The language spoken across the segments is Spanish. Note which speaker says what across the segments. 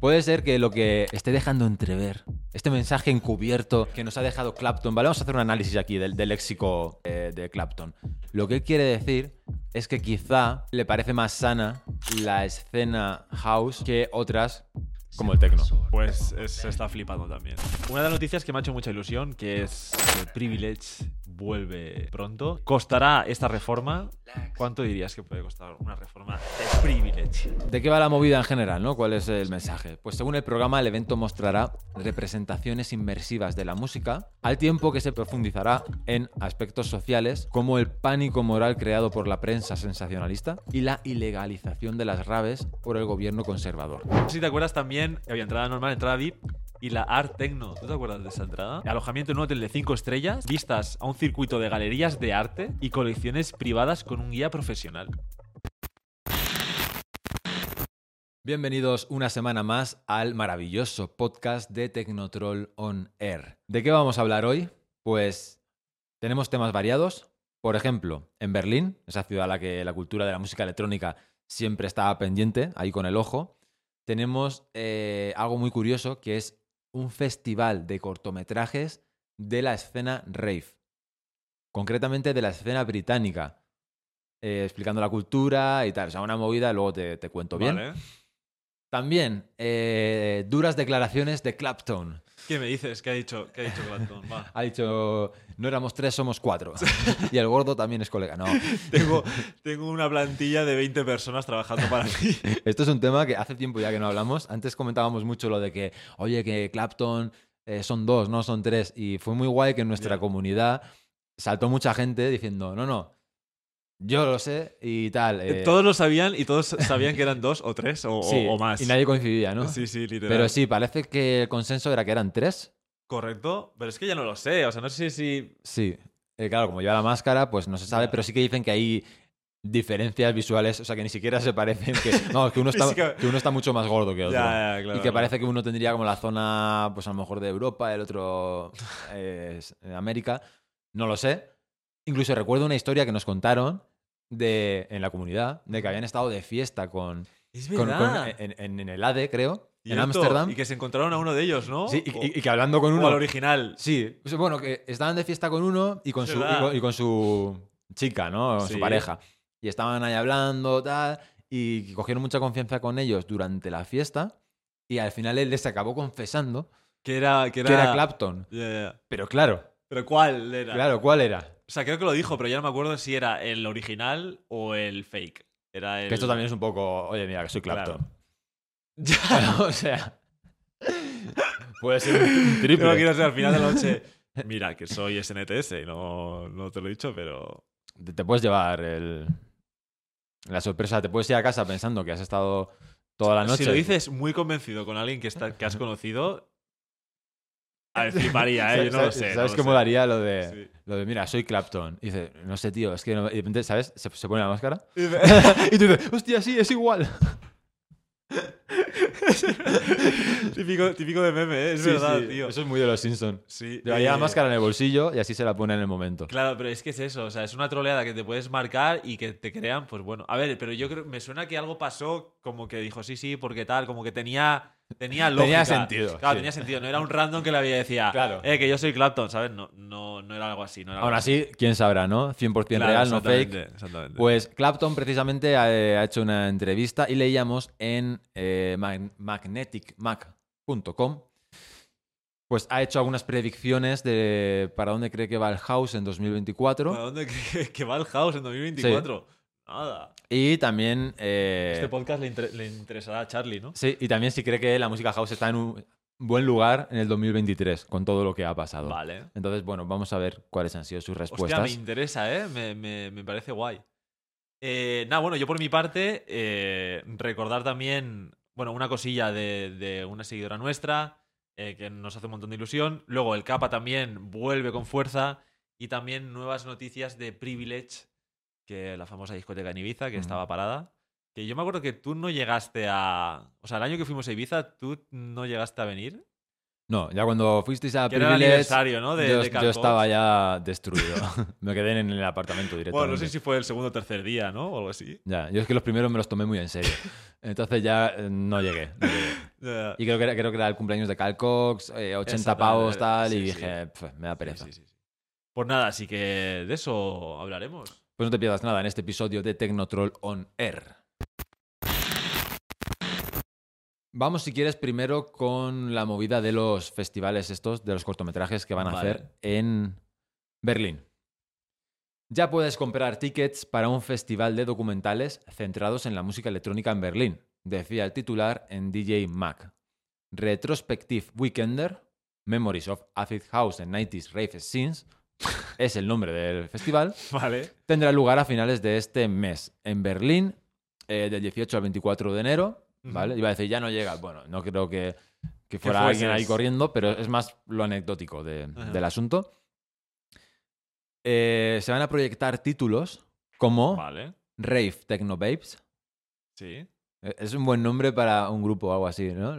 Speaker 1: Puede ser que lo que esté dejando entrever, este mensaje encubierto que nos ha dejado Clapton, ¿vale? Vamos a hacer un análisis aquí del, del léxico eh, de Clapton. Lo que él quiere decir es que quizá le parece más sana la escena house que otras como el techno.
Speaker 2: Pues es- se está flipando también. Una de las noticias que me ha hecho mucha ilusión, que es que Privilege vuelve pronto. ¿Costará esta reforma? ¿Cuánto dirías que puede costar una reforma de Privilege?
Speaker 1: ¿De qué va la movida en general, no? ¿Cuál es el mensaje? Pues según el programa, el evento mostrará representaciones inmersivas de la música, al tiempo que se profundizará en aspectos sociales como el pánico moral creado por la prensa sensacionalista y la ilegalización de las raves por el gobierno conservador.
Speaker 2: No sé Si te acuerdas también, que había entrada normal, entrada VIP y la Art Tecno. ¿Tú te acuerdas de esa entrada? Alojamiento en un hotel de 5 estrellas, vistas a un circuito de galerías de arte y colecciones privadas con un guía profesional.
Speaker 1: Bienvenidos una semana más al maravilloso podcast de Tecnotroll On Air. ¿De qué vamos a hablar hoy? Pues tenemos temas variados. Por ejemplo, en Berlín, esa ciudad a la que la cultura de la música electrónica siempre está pendiente, ahí con el ojo, tenemos eh, algo muy curioso que es un festival de cortometrajes de la escena rave, concretamente de la escena británica, eh, explicando la cultura y tal. O sea, una movida, luego te, te cuento bien.
Speaker 2: Vale.
Speaker 1: También eh, duras declaraciones de Clapton.
Speaker 2: ¿Qué me dices? ¿Qué ha dicho, ¿Qué ha dicho Clapton? Va.
Speaker 1: Ha dicho, no éramos tres, somos cuatro. y el gordo también es colega. No,
Speaker 2: Tengo, tengo una plantilla de 20 personas trabajando para mí.
Speaker 1: esto es un tema que hace tiempo ya que no hablamos. Antes comentábamos mucho lo de que, oye, que Clapton eh, son dos, no son tres. Y fue muy guay que en nuestra
Speaker 2: Ya.
Speaker 1: comunidad saltó mucha gente diciendo, no, no, yo lo sé y tal. eh,
Speaker 2: Todos lo sabían y todos sabían que eran dos o tres o, o-
Speaker 1: sí,
Speaker 2: o más.
Speaker 1: Y nadie coincidía, ¿no?
Speaker 2: Sí, sí, literal.
Speaker 1: Pero sí, parece que el consenso era que eran tres.
Speaker 2: Correcto, pero es que ya no lo sé. O sea, no sé si.
Speaker 1: Sí, Eh, claro, como lleva la máscara, pues no se sabe,
Speaker 2: Ya.
Speaker 1: pero sí que dicen que hay diferencias visuales, o sea, que ni siquiera se parecen, que, no, que, uno, está,
Speaker 2: Física-
Speaker 1: que uno está mucho más gordo que
Speaker 2: Ya,
Speaker 1: otro.
Speaker 2: ya, claro,
Speaker 1: y que
Speaker 2: claro.
Speaker 1: parece que uno tendría como la zona, pues a lo mejor de Europa, el otro eh, es- eh, América, no lo sé. Incluso recuerdo una historia que nos contaron de, en la comunidad, de que habían estado de fiesta con,
Speaker 2: Es
Speaker 1: con- con-
Speaker 2: verdad.
Speaker 1: en, en- en el ADE, creo, en
Speaker 2: Cierto,
Speaker 1: Ámsterdam.
Speaker 2: Y que se encontraron a uno de ellos, ¿no?
Speaker 1: Sí, y-
Speaker 2: O-
Speaker 1: y- y que hablando con
Speaker 2: o
Speaker 1: uno,
Speaker 2: al original.
Speaker 1: Sí, o sea, bueno, que estaban de fiesta con uno y con,
Speaker 2: Es
Speaker 1: su, y
Speaker 2: verdad.
Speaker 1: con, y con su chica, ¿no? Con
Speaker 2: Sí.
Speaker 1: Su pareja. Y estaban ahí hablando, tal, y cogieron mucha confianza con ellos durante la fiesta. Y al final él les acabó confesando
Speaker 2: Que era. Que era,
Speaker 1: que era Clapton.
Speaker 2: Ya, ya, ya.
Speaker 1: Pero claro,
Speaker 2: Pero ¿cuál era?
Speaker 1: claro, ¿cuál era?
Speaker 2: O sea, creo que lo dijo, pero ya no me acuerdo si era el original o el fake. Era el.
Speaker 1: Que esto también es un poco, oye, mira, que soy Clapton.
Speaker 2: Ya,
Speaker 1: o sea, puede ser un
Speaker 2: yo no
Speaker 1: triple.
Speaker 2: quiero ser al final de la noche. Mira, que soy SNTS y no, no te lo he dicho, pero.
Speaker 1: te, te puedes llevar el- la sorpresa, te puedes ir a casa pensando que has estado toda la noche.
Speaker 2: Si lo dices muy convencido con alguien que, está, que has conocido, a ver, fliparía, ¿eh? Yo no lo
Speaker 1: ¿Sabes-
Speaker 2: sé.
Speaker 1: ¿Sabes
Speaker 2: no lo
Speaker 1: cómo
Speaker 2: sé.
Speaker 1: daría lo de,
Speaker 2: Sí.
Speaker 1: lo de, mira, soy Clapton? Y dice, no sé, tío, es que no- y de repente, ¿sabes? Se, se pone la máscara.
Speaker 2: Dice-
Speaker 1: y tú dices, hostia, sí, es igual.
Speaker 2: típico, típico de meme, ¿eh? es
Speaker 1: Sí,
Speaker 2: verdad,
Speaker 1: sí,
Speaker 2: tío.
Speaker 1: Eso es muy de los Simpsons.
Speaker 2: Sí,
Speaker 1: Llevaría la
Speaker 2: eh,
Speaker 1: máscara en el bolsillo y así se la pone en el momento.
Speaker 2: Claro, pero es que es eso, o sea, es una troleada que te puedes marcar y que te crean, pues bueno. A ver, pero yo creo, me suena que algo pasó como que dijo, sí, sí, porque tal, como que tenía, tenía lógica.
Speaker 1: Tenía sentido,
Speaker 2: Claro,
Speaker 1: sí.
Speaker 2: tenía sentido, no era un random que le había decía,
Speaker 1: Claro.
Speaker 2: eh, que yo soy Clapton, ¿sabes? No, no, no era algo así, no era
Speaker 1: Aún
Speaker 2: algo
Speaker 1: así, quién sabrá, ¿no? 100%
Speaker 2: Claro,
Speaker 1: real, no
Speaker 2: exactamente,
Speaker 1: fake.
Speaker 2: Exactamente.
Speaker 1: Pues Clapton precisamente ha, ha hecho una entrevista y leíamos en eh, mag- magneticmac.com. Pues ha hecho algunas predicciones de para dónde cree que va el house en 2024.
Speaker 2: ¿Para dónde que, que va el house en 2024? Nada.
Speaker 1: Y también. eh,
Speaker 2: Este podcast le, inter- le interesará a Charlie, ¿no?
Speaker 1: sí, y también si cree que la música house está en un buen lugar en el 2023, con todo lo que ha pasado.
Speaker 2: Vale.
Speaker 1: Entonces, bueno, vamos a ver cuáles han sido sus
Speaker 2: Hostia, me
Speaker 1: respuestas.
Speaker 2: interesa, ¿eh? Me, me- me parece guay. Eh, nada, bueno, yo por mi parte, eh, recordar también, bueno, una cosilla de, de una seguidora nuestra, eh, que nos hace un montón de ilusión. Luego el capa también vuelve con fuerza. Y también nuevas noticias de Privilege, que la famosa discoteca en Ibiza, que
Speaker 1: Ujú.
Speaker 2: estaba parada. Que yo me acuerdo que tú no llegaste a. O sea, el año que fuimos a Ibiza, tú no llegaste a venir.
Speaker 1: No, ya cuando fuisteis a
Speaker 2: Que era el
Speaker 1: Privilege,
Speaker 2: aniversario, ¿no? De,
Speaker 1: yo,
Speaker 2: de
Speaker 1: yo
Speaker 2: Carl Cox.
Speaker 1: estaba ya destruido. me quedé en el apartamento directamente.
Speaker 2: Bueno, no sé si fue el segundo o tercer día, ¿no? O algo así.
Speaker 1: Ya, yo es que los primeros me los tomé muy en serio. Entonces ya eh, no llegué. no llegué.
Speaker 2: Eh,
Speaker 1: Y creo que, era, creo que era el cumpleaños de Cal Cox, eh, 80
Speaker 2: Esa,
Speaker 1: pavos,
Speaker 2: eh,
Speaker 1: tal, y
Speaker 2: sí, sí.
Speaker 1: dije, "Pf, me da pereza.
Speaker 2: sí, sí, sí. Pues nada, así que de eso hablaremos.
Speaker 1: Pues no te pierdas nada en este episodio de Tecnotroll On Air. Vamos, si quieres, primero con la movida de los festivales estos, de los cortometrajes que van a
Speaker 2: Vale.
Speaker 1: hacer en Berlín. Ya puedes comprar tickets para un festival de documentales centrados en la música electrónica en Berlín, decía el titular en DJ Mac. Retrospective Weekender, Memories of Acid House and 90s Rave Scenes, es el nombre del festival,
Speaker 2: Vale.
Speaker 1: tendrá lugar a finales de este mes en Berlín, eh, del 18 al 24 de enero. ¿Vale?
Speaker 2: Ujú.
Speaker 1: Iba a decir, ya no llega. Bueno, no creo que, que fuera
Speaker 2: fueses.
Speaker 1: alguien ahí corriendo, pero es más lo anecdótico de-
Speaker 2: Ajá.
Speaker 1: del asunto. Eh, se van a proyectar títulos como
Speaker 2: Vale.
Speaker 1: Rave Techno Babes.
Speaker 2: Sí.
Speaker 1: Eh, Es un buen nombre para un grupo o algo así, ¿no?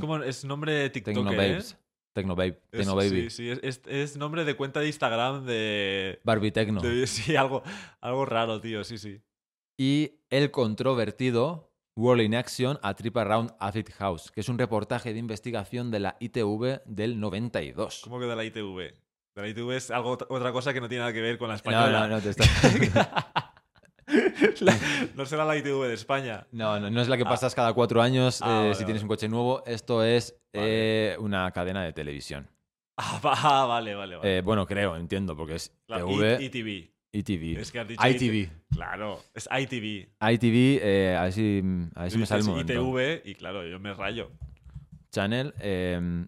Speaker 1: Tec-
Speaker 2: como es nombre de TikTok.
Speaker 1: Techno Babes. Techno Babe. Techno Baby.
Speaker 2: Sí, sí. Es, es- es nombre de cuenta de Instagram de.
Speaker 1: Barbie Techno.
Speaker 2: de- sí, algo, algo raro, tío. Sí, sí.
Speaker 1: y el controvertido World in Action a Trip Around Acid House, que es un reportaje de investigación de la ITV del 92.
Speaker 2: ¿Cómo que de la ITV? De la ITV es algo, otra cosa que no tiene nada que ver con la
Speaker 1: No, no,
Speaker 2: española.
Speaker 1: no, te estás-
Speaker 2: No será la ITV de España.
Speaker 1: no, no, no es la que pasas cada cuatro años
Speaker 2: Ah,
Speaker 1: eh,
Speaker 2: vale,
Speaker 1: si tienes
Speaker 2: vale.
Speaker 1: un coche nuevo. Esto es
Speaker 2: Vale.
Speaker 1: eh, una cadena de televisión.
Speaker 2: Ah, va- ah, vale, vale, vale.
Speaker 1: Eh, bueno, creo, entiendo, porque es
Speaker 2: La
Speaker 1: TV,
Speaker 2: I- ITV.
Speaker 1: ITV.
Speaker 2: Es que has dicho
Speaker 1: ITV.
Speaker 2: Claro, es ITV.
Speaker 1: ITV, eh, a ver si, a ver si me
Speaker 2: Dices
Speaker 1: sale el momento.
Speaker 2: ITV y claro, yo me rayo.
Speaker 1: Channel. eh,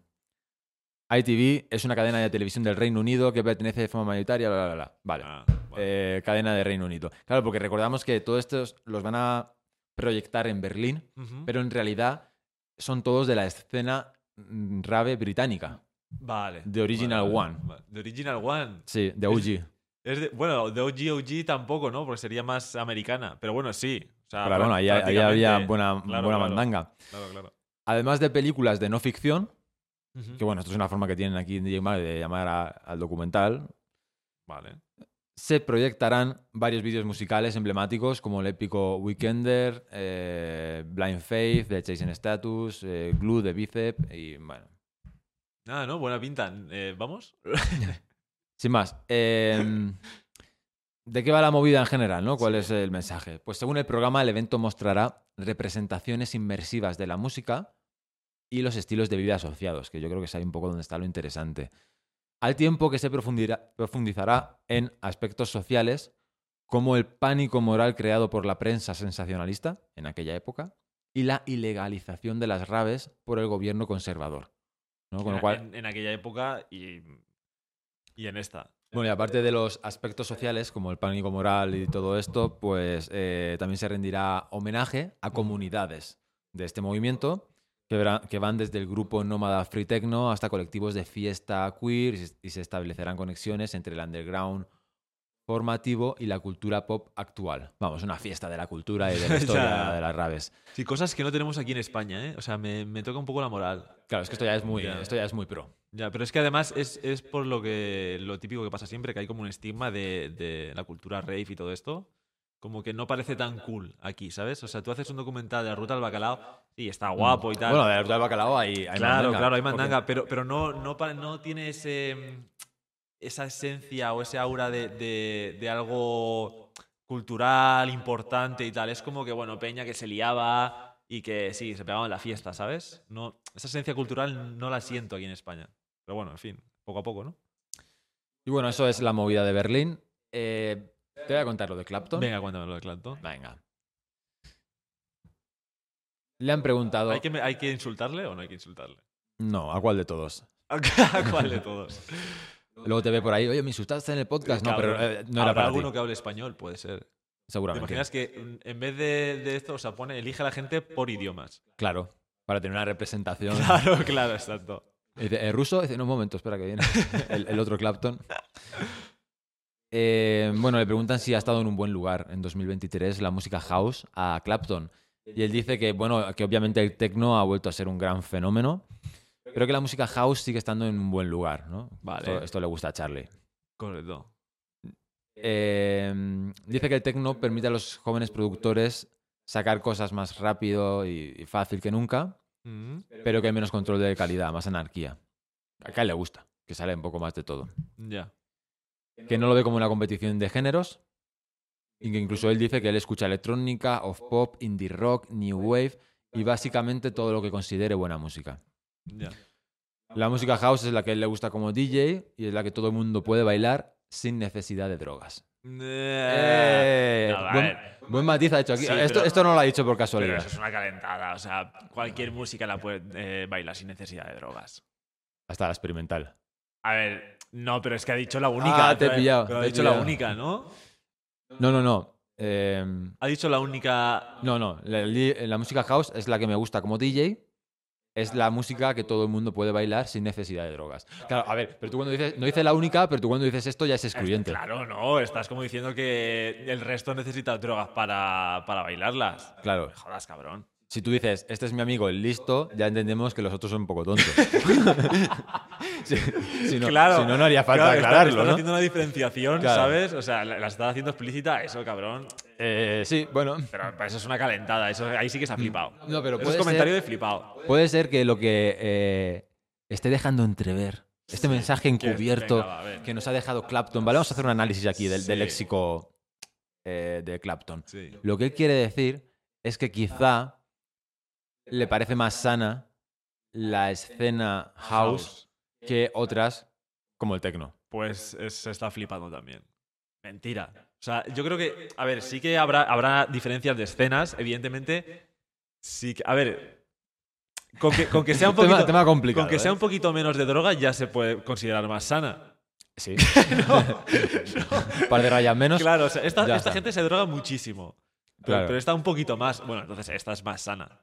Speaker 1: ITV es una cadena de televisión del Reino Unido que pertenece de forma mayoritaria, bla, bla, bla. Vale.
Speaker 2: Ah, vale.
Speaker 1: Eh, cadena de Reino Unido. Claro, porque recordamos que todos estos los van a proyectar en Berlín,
Speaker 2: Ujú.
Speaker 1: pero en realidad son todos de la escena mm, rave británica.
Speaker 2: vale.
Speaker 1: The Original
Speaker 2: Vale, vale,
Speaker 1: One.
Speaker 2: vale. The Original One.
Speaker 1: Sí, de OG.
Speaker 2: Ah, Es de- bueno, de OG OG tampoco, ¿no? Porque sería más americana. Pero bueno, sí. O sea,
Speaker 1: Claro,
Speaker 2: prá-
Speaker 1: bueno, ahí, ahí
Speaker 2: prácticamente-
Speaker 1: había buena,
Speaker 2: claro,
Speaker 1: buena
Speaker 2: claro.
Speaker 1: mandanga.
Speaker 2: Claro, claro.
Speaker 1: Además de películas de no ficción,
Speaker 2: Ujú.
Speaker 1: que bueno, esto es una forma que tienen aquí en DJ Mag de llamar a- al documental,
Speaker 2: Vale.
Speaker 1: se proyectarán varios vídeos musicales emblemáticos como el épico Weekender, eh, Blind Faith de Chasing Status, eh, Glue de Bicep y bueno,
Speaker 2: Nada, ¿no? Buena pinta. Eh, ¿Vamos?
Speaker 1: Sin más. eh, ¿De qué va la movida en general? ¿no? ¿Cuál
Speaker 2: Sí.
Speaker 1: es el mensaje? Pues según el programa, el evento mostrará representaciones inmersivas de la música y los estilos de vida asociados, que yo creo que es ahí un poco donde está lo interesante. Al tiempo que se profundirá- profundizará en aspectos sociales como el pánico moral creado por la prensa sensacionalista en aquella época y la ilegalización de las raves por el gobierno conservador. ¿no? Con lo
Speaker 2: en,
Speaker 1: cual,
Speaker 2: en- en aquella época y, y en esta.
Speaker 1: Bueno, y aparte de los aspectos sociales, como el pánico moral y todo esto, pues eh, también se rendirá homenaje a comunidades de este movimiento, que, verá- que van desde el grupo nómada Free Techno hasta colectivos de fiesta queer y se- y se establecerán conexiones entre el underground formativo y la cultura pop actual. Vamos, una fiesta de la cultura y de la historia
Speaker 2: Ya.
Speaker 1: de las raves.
Speaker 2: Sí, cosas que no tenemos aquí en España, ¿eh? O sea, me, me toca un poco la moral.
Speaker 1: Claro, es que esto ya es muy,
Speaker 2: Ya.
Speaker 1: esto ya es muy pro.
Speaker 2: Ya, pero es que además es, es por lo que lo típico que pasa siempre, que hay como un estigma de, de la cultura rave y todo esto. Como que no parece tan cool aquí, ¿sabes? O sea, tú haces un documental de la ruta al bacalao y está guapo y tal.
Speaker 1: Bueno, de la ruta del bacalao hay, hay
Speaker 2: claro,
Speaker 1: mandanga,
Speaker 2: claro, hay
Speaker 1: porque-
Speaker 2: mandanga, pero, pero no, no, pa- no tiene ese, mm, esa esencia o ese aura de, de- de algo cultural, importante y tal. Es como que, bueno, Peña que se liaba y que sí, se pegaban en la fiesta, ¿sabes? No, esa esencia cultural no la siento aquí en España. Pero bueno, en fin, poco a poco, ¿no?
Speaker 1: Y bueno, eso es la movida de Berlín. Eh, te voy a contar lo de Clapton.
Speaker 2: Venga, cuéntame lo de Clapton.
Speaker 1: Venga. Le han preguntado.
Speaker 2: ¿Hay que, me- ¿Hay que insultarle o no hay que insultarle?
Speaker 1: No, ¿a cuál de todos?
Speaker 2: ¿A cuál de todos?
Speaker 1: Luego te ve por ahí, oye, me insultaste en el podcast. No, pero
Speaker 2: Cabrón.
Speaker 1: eh, no era
Speaker 2: Habrá
Speaker 1: para
Speaker 2: alguno
Speaker 1: ti,
Speaker 2: que hable español, puede ser. ¿Te
Speaker 1: seguramente.
Speaker 2: imaginas que mm, en vez de, de esto, o sea, pone, elige a la gente por idiomas?
Speaker 1: Claro, para tener una representación.
Speaker 2: Claro, claro, exacto.
Speaker 1: Y dice, "¿Eh, ruso? Dice, no, un momento, espera que viene. El, el otro Clapton. Eh, bueno, le preguntan si ha estado en un buen lugar en 2023 la música house a Clapton. Y él dice que, bueno, que obviamente el techno ha vuelto a ser un gran fenómeno, Creo que la música house sigue estando en un buen lugar, ¿no?
Speaker 2: Vale.
Speaker 1: Esto, esto le gusta a Charlie.
Speaker 2: Correcto.
Speaker 1: Eh, dice que el techno permite a los jóvenes productores sacar cosas más rápido y, y fácil que nunca,
Speaker 2: Mm,
Speaker 1: pero que hay menos control de calidad, más anarquía. A Kyle le gusta, que sale un poco más de todo.
Speaker 2: Ya.
Speaker 1: Que no lo ve como una competición de géneros. Y que incluso él dice que él escucha electrónica, off-pop, indie rock, new wave y básicamente todo lo que considere buena música.
Speaker 2: Ya.
Speaker 1: La música house es la que a él le gusta como DJ y es la que todo el mundo puede bailar sin necesidad de drogas. Eh,
Speaker 2: No,
Speaker 1: buen,
Speaker 2: vale.
Speaker 1: buen matiz ha hecho aquí.
Speaker 2: Sí,
Speaker 1: esto,
Speaker 2: pero-
Speaker 1: esto no lo ha dicho por
Speaker 2: Pero
Speaker 1: casualidad.
Speaker 2: eso es una calentada. O sea, cualquier música la puede eh, bailar sin necesidad de drogas.
Speaker 1: Hasta la experimental.
Speaker 2: A ver, no, pero es que ha dicho la única.
Speaker 1: Ah, te he
Speaker 2: pero-
Speaker 1: pillado,
Speaker 2: pero
Speaker 1: te
Speaker 2: ha
Speaker 1: he
Speaker 2: dicho la
Speaker 1: pillado.
Speaker 2: única, ¿no?
Speaker 1: No, no, no. Eh, no,
Speaker 2: Ha dicho la única.
Speaker 1: no. La, li- la música house es la que me gusta como DJ. Es la música que todo el mundo puede bailar sin necesidad de drogas. Claro, a ver, pero tú cuando dices, no dices la única, pero tú cuando dices esto ya es excluyente.
Speaker 2: Claro, no. Estás como diciendo que el resto necesita drogas para, para bailarlas.
Speaker 1: Claro.
Speaker 2: Me jodas, cabrón.
Speaker 1: Si tú dices, este es mi amigo, el listo, ya entendemos que los otros son un poco tontos. si, si no, si no, no haría falta
Speaker 2: claro, estás-
Speaker 1: aclararlo,
Speaker 2: estás
Speaker 1: ¿no?
Speaker 2: haciendo una diferenciación,
Speaker 1: Claro.
Speaker 2: ¿sabes? O sea, la, la estás haciendo explícita, eso, cabrón.
Speaker 1: Eh, sí, bueno.
Speaker 2: Pero eso es una calentada, eso ahí sí que se ha
Speaker 1: Mm.
Speaker 2: flipado.
Speaker 1: No, pero
Speaker 2: Eso
Speaker 1: puede
Speaker 2: es
Speaker 1: ser-
Speaker 2: comentario de flipado.
Speaker 1: Puede ser que lo que eh, esté dejando entrever, este mensaje
Speaker 2: que-
Speaker 1: encubierto
Speaker 2: venga, va, a ver.
Speaker 1: que nos ha dejado Clapton, ¿vale? Vamos a hacer un análisis aquí del, del
Speaker 2: Sí.
Speaker 1: léxico eh, de Clapton.
Speaker 2: Sí.
Speaker 1: Lo que él quiere decir es que quizá le parece más sana la escena house que otras como el techno.
Speaker 2: Pues es- se está flipando también. Mentira. O sea, yo creo que, a ver, sí que habrá, habrá diferencias de escenas, evidentemente. Sí que, a ver, con que, con que sea un
Speaker 1: Tema-
Speaker 2: poquito,
Speaker 1: tema complicado,
Speaker 2: con que sea
Speaker 1: ¿eh?
Speaker 2: un poquito menos de droga ya se puede considerar más sana.
Speaker 1: Sí. Un par de rayas menos.
Speaker 2: Claro, o sea, esta,
Speaker 1: Ya
Speaker 2: esta
Speaker 1: está.
Speaker 2: gente se droga muchísimo. Pero,
Speaker 1: Claro.
Speaker 2: pero está un poquito más. Bueno, entonces esta es más sana.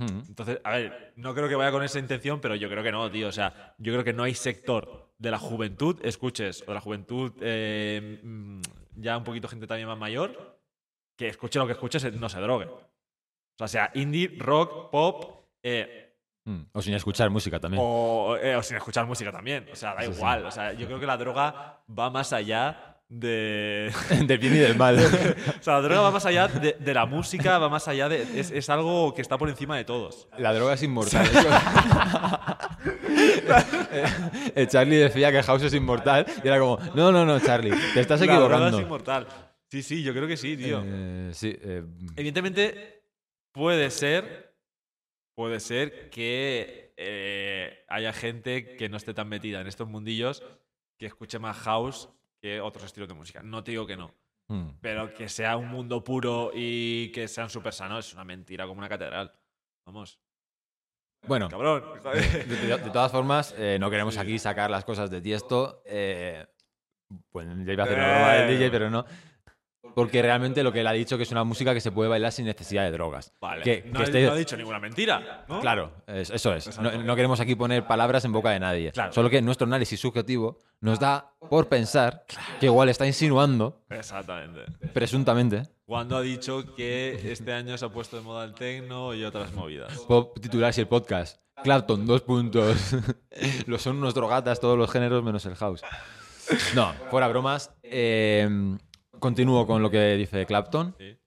Speaker 1: Mm.
Speaker 2: Entonces, a ver, no creo que vaya con esa intención, pero yo creo que no, tío. O sea, yo creo que no hay sector de la juventud, escuches, o de la juventud eh, mm, ya un poquito gente también más mayor, que escuche lo que escuche, se- no se drogue. O sea, sea indie, rock, pop, eh,
Speaker 1: Mm. O sin escuchar música también.
Speaker 2: o, eh, o sin escuchar música también. O sea, da
Speaker 1: Sí, sí.
Speaker 2: igual. O sea, yo creo que la droga va más allá de,
Speaker 1: del bien y del mal.
Speaker 2: O sea, la droga va más allá de, de la música, va más allá de. Es, es algo que está por encima de todos.
Speaker 1: La droga es inmortal. Eh, eh, Charlie decía que House es inmortal y era como, no, no, no, Charlie, te estás
Speaker 2: La droga es
Speaker 1: equivocando.
Speaker 2: inmortal. Sí, sí, yo creo que sí, tío.
Speaker 1: Eh, sí, eh,
Speaker 2: Evidentemente, puede ser. Puede ser que eh, haya gente que no esté tan metida en estos mundillos que escuche más house que otros estilos de música. No te digo que no.
Speaker 1: mm,
Speaker 2: Pero que sea un mundo puro y que sean súper sanos es una mentira como una catedral. Vamos,
Speaker 1: Bueno,
Speaker 2: cabrón. joder.
Speaker 1: de, de- de todas formas, eh, no queremos aquí sacar las cosas de tiesto. eh, bueno, ya iba a hacer una broma del
Speaker 2: Eh.
Speaker 1: DJ, pero no. Porque realmente lo que él ha dicho que es una música que se puede bailar sin necesidad de drogas.
Speaker 2: Vale.
Speaker 1: Que-
Speaker 2: no,
Speaker 1: que
Speaker 2: ha-
Speaker 1: esté-
Speaker 2: no ha dicho ninguna mentira, ¿no?
Speaker 1: Claro, es- eso es. No, no queremos aquí poner palabras en boca de nadie.
Speaker 2: Claro.
Speaker 1: Solo que nuestro análisis subjetivo nos da por pensar que igual está insinuando,
Speaker 2: Exactamente.
Speaker 1: presuntamente,
Speaker 2: Cuando ha dicho que este año se ha puesto de moda el tecno y otras movidas.
Speaker 1: puedo titular si el podcast. Clapton, dos puntos. Lo son unos drogatas todos los géneros menos el house. No, fuera bromas. eh, continúo con lo que dice Clapton.
Speaker 2: Sí.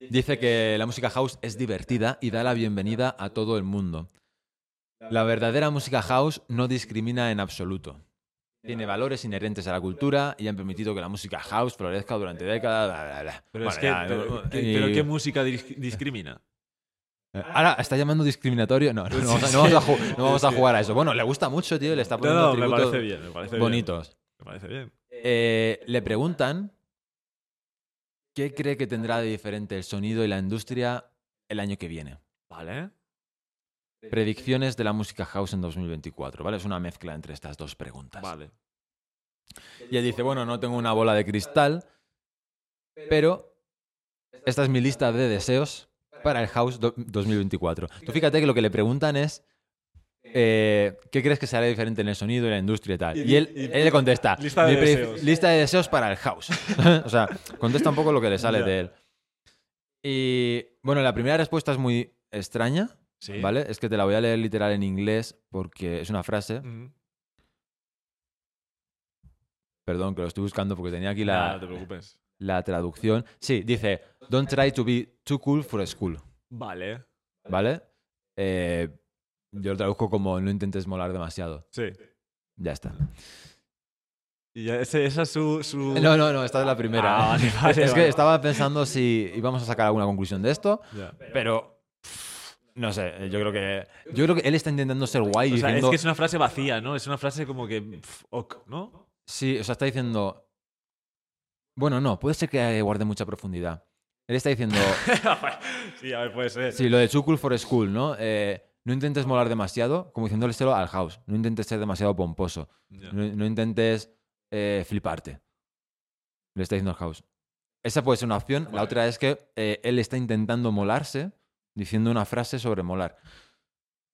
Speaker 1: Dice que la música house es divertida y da la bienvenida a todo el mundo. La verdadera música house no discrimina en absoluto. Tiene valores inherentes a la cultura y han permitido que la música house florezca durante décadas. bla, bla, bla.
Speaker 2: Pero es
Speaker 1: Bueno,
Speaker 2: que,
Speaker 1: ya,
Speaker 2: pero,
Speaker 1: eh,
Speaker 2: ¿qué-
Speaker 1: y-
Speaker 2: pero ¿qué música dis- discrimina?
Speaker 1: eh, Ahora, ¿está llamando discriminatorio? No, no, vamos, a, no vamos a ju- no vamos a jugar a eso. Bueno, le gusta mucho, tío, le está
Speaker 2: No,
Speaker 1: poniendo
Speaker 2: no, me
Speaker 1: tributos
Speaker 2: parece bien, me parece bien.
Speaker 1: bonitos.
Speaker 2: Me parece bien.
Speaker 1: Eh, le preguntan qué cree que tendrá de diferente el sonido y la industria el año que viene.
Speaker 2: Vale.
Speaker 1: Predicciones de la música house en 2024, ¿vale? Es una mezcla entre estas dos preguntas.
Speaker 2: Vale.
Speaker 1: Y él dice, bueno, no tengo una bola de cristal, pero esta es mi lista de deseos para el House do- 2024. Tú fíjate que lo que le preguntan es, eh, ¿qué crees que será diferente en el sonido y la industria y tal?
Speaker 2: Y-
Speaker 1: Y él,
Speaker 2: y-
Speaker 1: él le contesta,
Speaker 2: lista de
Speaker 1: "Mi pre-
Speaker 2: deseos".
Speaker 1: lista de deseos para el House. o sea, contesta un poco lo que le sale
Speaker 2: Ya.
Speaker 1: de él. Y bueno, la primera respuesta es muy extraña,
Speaker 2: Sí.
Speaker 1: ¿vale? Es que te la voy a leer literal en inglés porque es una frase.
Speaker 2: Ujú.
Speaker 1: Perdón, que lo estoy buscando porque tenía aquí
Speaker 2: Nada,
Speaker 1: la,
Speaker 2: no te preocupes.
Speaker 1: la traducción. Sí, dice, don't try to be too cool for school,
Speaker 2: Vale.
Speaker 1: ¿vale? Eh, yo lo traduzco como no intentes molar demasiado.
Speaker 2: Sí.
Speaker 1: Ya está.
Speaker 2: Y ya ese- esa es su. su-
Speaker 1: No, no, no, esta es la primera. ¿eh?
Speaker 2: Ah, vale, vale,
Speaker 1: es que
Speaker 2: vale.
Speaker 1: estaba pensando si íbamos a sacar alguna conclusión de esto,
Speaker 2: Ya.
Speaker 1: pero pff, no sé, yo creo que yo creo que él está intentando ser guay
Speaker 2: O sea,
Speaker 1: diciendo
Speaker 2: es que es una frase vacía, ¿no? Es una frase como que. pf, ok, ¿no?
Speaker 1: Sí, o sea, está diciendo. Bueno, no, puede ser que guarde mucha profundidad. Él está diciendo.
Speaker 2: sí, a ver, puede ser.
Speaker 1: sí, lo de Too Cool for School, ¿no? Eh, no intentes molar demasiado, como diciéndoleselo al house. No intentes ser demasiado pomposo.
Speaker 2: Ya.
Speaker 1: No, no intentes eh, fliparte. Le está diciendo al house. Esa puede ser una opción. La otra es que eh, él está intentando molarse diciendo una frase sobre molar.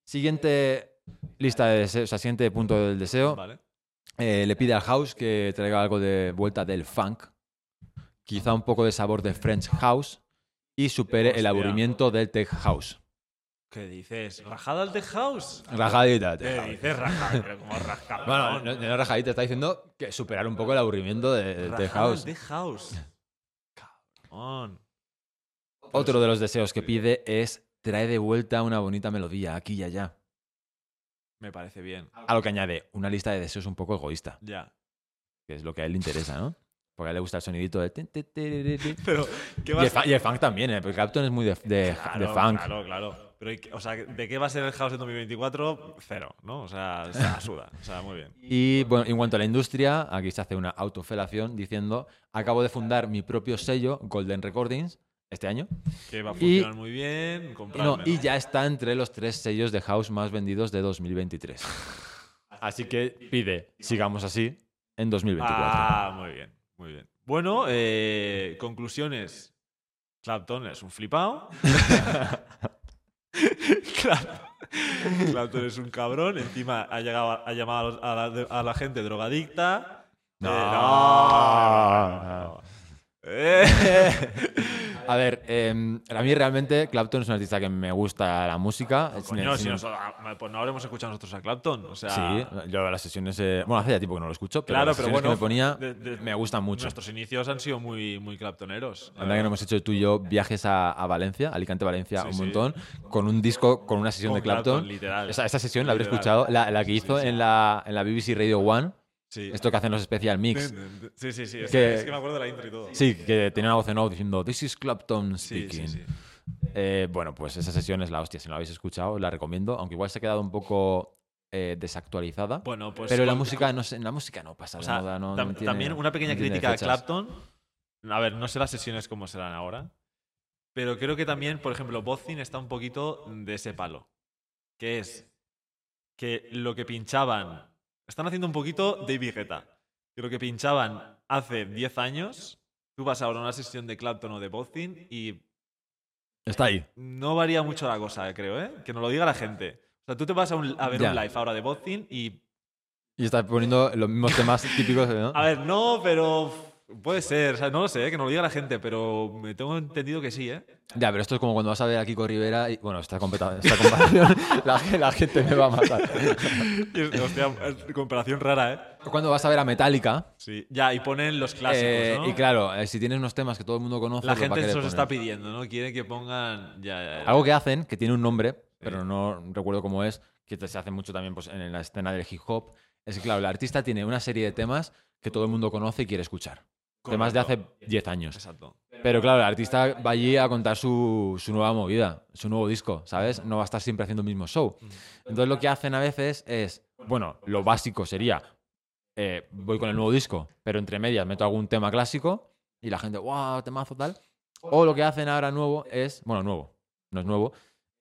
Speaker 1: Siguiente lista de deseos, o sea, siguiente punto del deseo.
Speaker 2: Vale.
Speaker 1: Eh, le pide al house que traiga algo de vuelta del funk, quizá un poco de sabor de French house y supere el
Speaker 2: Hostia.
Speaker 1: aburrimiento del tech house.
Speaker 2: ¿Qué dices? ¿Rajada al The House?
Speaker 1: Rajadita,
Speaker 2: ¿Qué
Speaker 1: tech house.
Speaker 2: dices rajada? Eh, Pero como rajada.
Speaker 1: Bueno, no, no rajadita, está diciendo que superar un poco el aburrimiento de, del tech house.
Speaker 2: The House. Cabrón.
Speaker 1: Otro de los deseos que pide es trae de vuelta una bonita melodía aquí y allá.
Speaker 2: Me parece bien.
Speaker 1: A lo que añade una lista de deseos un poco egoísta,
Speaker 2: Ya.
Speaker 1: que es lo que a él le interesa, ¿no? Porque a él le gusta el sonidito de... tin, tin, tiririrí.
Speaker 2: Pero, ¿qué
Speaker 1: Y
Speaker 2: va a
Speaker 1: el,
Speaker 2: ser?
Speaker 1: fa- y el funk también, ¿eh? Porque Clapton es muy de, de- de
Speaker 2: Claro,
Speaker 1: funk.
Speaker 2: Claro, claro. Pero, ¿y qué- o sea, ¿de qué va a ser el House en 2024? Cero, ¿no? O sea, se la suda. O sea, muy bien.
Speaker 1: Y bueno, en cuanto a la industria, aquí se hace una autofelación diciendo, acabo de fundar mi propio sello, Golden Recordings, este año.
Speaker 2: Que va a
Speaker 1: Y-
Speaker 2: funcionar muy bien.
Speaker 1: Y, no,
Speaker 2: comprármelo.
Speaker 1: y ya está entre los tres sellos de house más vendidos de 2023. Así que pide, sigamos así en 2024.
Speaker 2: Ah, muy bien, muy bien. Bueno, eh, conclusiones. Clapton es un flipado. Clap- Clapton es un cabrón. Encima ha, llegado, a- ha llamado a los- a la, a la gente drogadicta. Eh,
Speaker 1: No.
Speaker 2: Eh,
Speaker 1: A ver, eh, a mí realmente Clapton es un artista que me gusta la música. Es-
Speaker 2: Coño,
Speaker 1: es-
Speaker 2: si nos- ah, pues no habremos escuchado nosotros a Clapton. O sea,
Speaker 1: Sí, yo las sesiones... eh, bueno, hace ya tiempo que no lo escucho, pero
Speaker 2: Claro,
Speaker 1: las
Speaker 2: pero
Speaker 1: sesiones que
Speaker 2: bueno,
Speaker 1: me ponía
Speaker 2: de- de-
Speaker 1: me gustan mucho.
Speaker 2: nuestros inicios han sido muy, muy claptoneros. Eh,
Speaker 1: La verdad que no hemos hecho tú y yo viajes a, a Valencia, Alicante, Valencia,
Speaker 2: Sí,
Speaker 1: un
Speaker 2: sí.
Speaker 1: montón, con un disco, con una sesión
Speaker 2: Con
Speaker 1: de Clapton.
Speaker 2: Clapton, literal.
Speaker 1: Esa, esa sesión la habré
Speaker 2: Literal.
Speaker 1: escuchado, la, la que hizo
Speaker 2: sí.
Speaker 1: En, la, en la BBC Radio One,
Speaker 2: Sí.
Speaker 1: esto que hacen los Special Mix.
Speaker 2: Sí, sí, sí. Es
Speaker 1: Que-
Speaker 2: que, es que me acuerdo de la intro y todo.
Speaker 1: Sí, que tenía una voz en off diciendo This is Clapton
Speaker 2: sí,
Speaker 1: speaking.
Speaker 2: sí, sí.
Speaker 1: Eh, bueno, pues esa sesión es la hostia, si no la habéis escuchado, la recomiendo, aunque igual se ha quedado un poco eh, desactualizada.
Speaker 2: Bueno, pues.
Speaker 1: pero la
Speaker 2: con-
Speaker 1: música, no sé, la música no pasa
Speaker 2: o
Speaker 1: de
Speaker 2: sea,
Speaker 1: moda, no-
Speaker 2: tam-
Speaker 1: no tiene-
Speaker 2: también una pequeña
Speaker 1: no tiene
Speaker 2: crítica a
Speaker 1: fechas.
Speaker 2: Clapton. A ver, no sé las sesiones como serán ahora. Pero creo que también, por ejemplo, Bozin está un poquito de ese palo. Que es que lo que pinchaban. Están haciendo un poquito David Guetta. Que lo que pinchaban hace 10 años. Tú vas ahora a una sesión de Clapton o de Bozin y
Speaker 1: Está ahí.
Speaker 2: No varía mucho la cosa, creo, ¿eh? Que nos lo diga la gente. O sea, tú te vas a, un- a ver
Speaker 1: Ya.
Speaker 2: un live ahora de Bozin y.
Speaker 1: Y está poniendo los mismos temas típicos, ¿no?
Speaker 2: A ver, no, pero. Puede ser, o sea, no lo sé, ¿eh? que nos lo diga la gente, pero me tengo entendido que sí, ¿eh?
Speaker 1: Ya, pero esto es como cuando vas a ver a Kiko Rivera y. Bueno, esta, competa- esta comparación. la, ge- la gente me va a matar.
Speaker 2: Y es- Hostia, es comparación rara, ¿eh?
Speaker 1: Cuando vas a ver a Metallica.
Speaker 2: Sí. Ya, y ponen los clásicos,
Speaker 1: eh,
Speaker 2: ¿no?
Speaker 1: Y claro, eh, si tienes unos temas que todo el mundo conoce.
Speaker 2: la
Speaker 1: pues, ¿para
Speaker 2: gente
Speaker 1: qué
Speaker 2: se
Speaker 1: le
Speaker 2: los está
Speaker 1: pones?
Speaker 2: pidiendo, ¿no? Quiere que pongan. Ya, ya, ya.
Speaker 1: Algo que hacen, que tiene un nombre, pero no recuerdo cómo es, que te- se hace mucho también pues, en la escena del hip hop. Es que, claro, el artista tiene una serie de temas que todo el mundo conoce y quiere escuchar. Temas de hace
Speaker 2: Correcto.
Speaker 1: 10 años.
Speaker 2: Exacto.
Speaker 1: Pero claro, el artista va allí a contar su, su nueva movida, su nuevo disco, ¿sabes? No va a estar siempre haciendo el mismo show. Entonces lo que hacen a veces es, bueno, lo básico sería, eh, voy con el nuevo disco, pero entre medias meto algún tema clásico y la gente, wow, temazo tal. O lo que hacen ahora nuevo es, bueno, nuevo, no es nuevo,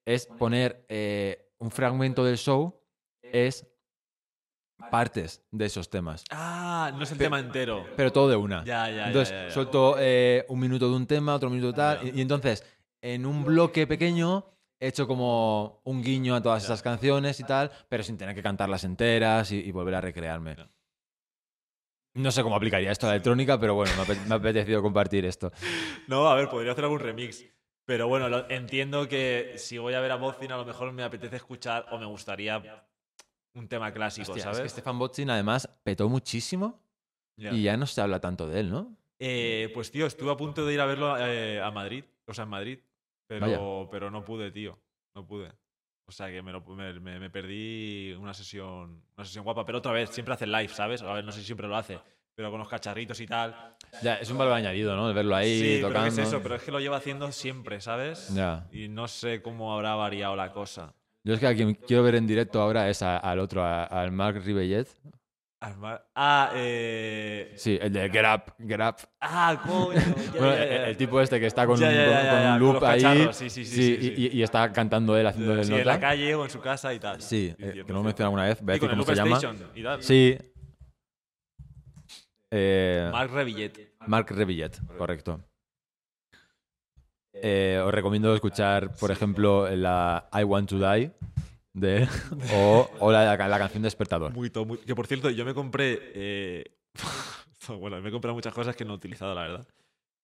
Speaker 1: es poner eh, un fragmento del show, es partes de esos temas,
Speaker 2: Ah, no es el tema entero.
Speaker 1: pero todo de una.
Speaker 2: Ya, ya, ya,
Speaker 1: Entonces,
Speaker 2: ya, ya.
Speaker 1: suelto eh, un minuto de un tema, otro minuto de tal. Y, y entonces, en un bloque pequeño, he hecho como un guiño a todas esas canciones y tal, pero sin tener que cantarlas enteras y, y volver a recrearme.
Speaker 2: Ya.
Speaker 1: No sé cómo aplicaría esto a la electrónica, pero bueno, me ha, ape- me ha apetecido compartir esto.
Speaker 2: No, a ver, podría hacer algún remix. Pero bueno, lo- entiendo que si voy a ver a Bozin, a lo mejor me apetece escuchar o me gustaría un tema clásico,
Speaker 1: Hostia, es
Speaker 2: pues, ¿sabes?
Speaker 1: que Stefan Botzin además petó muchísimo
Speaker 2: Ya.
Speaker 1: y ya no se habla tanto de él, ¿no?
Speaker 2: Eh, pues tío, estuve a punto de ir a verlo eh, a Madrid, o sea, en Madrid, pero, pero no pude, tío, no pude. O sea que me, lo- me- me- me perdí una sesión, una sesión guapa, pero otra vez, siempre hace live, ¿sabes? A ver, no sé si siempre lo hace, pero con los cacharritos y tal.
Speaker 1: Ya, es un valor añadido, ¿no? El verlo ahí
Speaker 2: sí, pero
Speaker 1: tocando.
Speaker 2: ¿qué es eso, pero es que lo lleva haciendo siempre, ¿sabes?
Speaker 1: Ya.
Speaker 2: Y no sé cómo habrá variado la cosa.
Speaker 1: Yo es que a quien quiero ver en directo ahora es a- al otro, a- al Marc Ribellet.
Speaker 2: Armar- Ah, eh...
Speaker 1: Sí, el de Get Up, Get Up.
Speaker 2: Ah, coño. ya,
Speaker 1: Bueno,
Speaker 2: ya,
Speaker 1: el,
Speaker 2: ya.
Speaker 1: el tipo este que está con,
Speaker 2: Ya,
Speaker 1: un,
Speaker 2: ya,
Speaker 1: con-
Speaker 2: ya,
Speaker 1: con
Speaker 2: ya,
Speaker 1: un
Speaker 2: con
Speaker 1: loop
Speaker 2: los
Speaker 1: ahí.
Speaker 2: cacharros, sí, sí, sí, sí,
Speaker 1: y,
Speaker 2: sí.
Speaker 1: y- y está cantando él haciendo el
Speaker 2: Sí, en
Speaker 1: nota.
Speaker 2: la calle o en su casa y tal.
Speaker 1: Sí, eh,
Speaker 2: Entiendo,
Speaker 1: que no lo
Speaker 2: sí.
Speaker 1: mencioné alguna vez. Voy a
Speaker 2: Y
Speaker 1: decir
Speaker 2: con el
Speaker 1: cómo
Speaker 2: Loop
Speaker 1: se llama.
Speaker 2: Station y tal.
Speaker 1: Sí. Eh,
Speaker 2: Marc Revillet.
Speaker 1: Marc Rebillet, correcto. Eh, os recomiendo escuchar, por ejemplo, la I Want to Die de él, o, o la, la canción Despertador.
Speaker 2: Muy to- muy- Que por cierto, yo me compré. eh, bueno, me he comprado muchas cosas que no he utilizado, la verdad.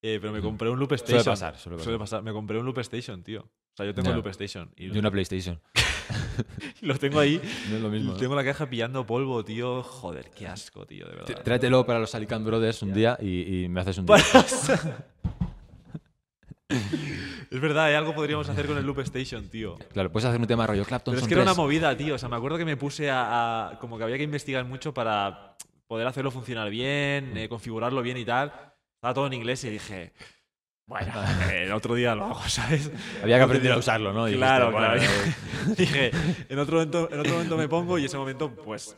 Speaker 2: Eh, pero me compré un Loop Station.
Speaker 1: Suele pasar, suele
Speaker 2: Suele
Speaker 1: pasar.
Speaker 2: pasar. Me compré un Loop Station, tío. O sea, yo tengo
Speaker 1: Ya.
Speaker 2: el Loop Station. Y
Speaker 1: Y una PlayStation.
Speaker 2: lo tengo ahí.
Speaker 1: No es lo mismo. ¿no?
Speaker 2: Tengo la caja pillando polvo, tío. Joder, qué asco, tío, de
Speaker 1: T-
Speaker 2: verdad.
Speaker 1: Tráetelo para los Alicant Brothers un día y, y me haces un día.
Speaker 2: es verdad, ¿eh? algo podríamos hacer con el Loop Station, tío.
Speaker 1: Claro, puedes hacer un tema rollo Clapton.
Speaker 2: Pero es
Speaker 1: son
Speaker 2: que era una
Speaker 1: tres.
Speaker 2: movida, tío. O sea, me acuerdo que me puse a, a- Como que había que investigar mucho para poder hacerlo funcionar bien, eh, configurarlo bien y tal. Estaba todo en inglés y dije. Bueno, el otro día lo hago, ¿sabes?
Speaker 1: Había que aprender a usarlo, ¿no? Y dijiste,
Speaker 2: Claro,
Speaker 1: bueno, eh".
Speaker 2: claro. dije, en otro, momento, en otro momento me pongo y ese momento, pues.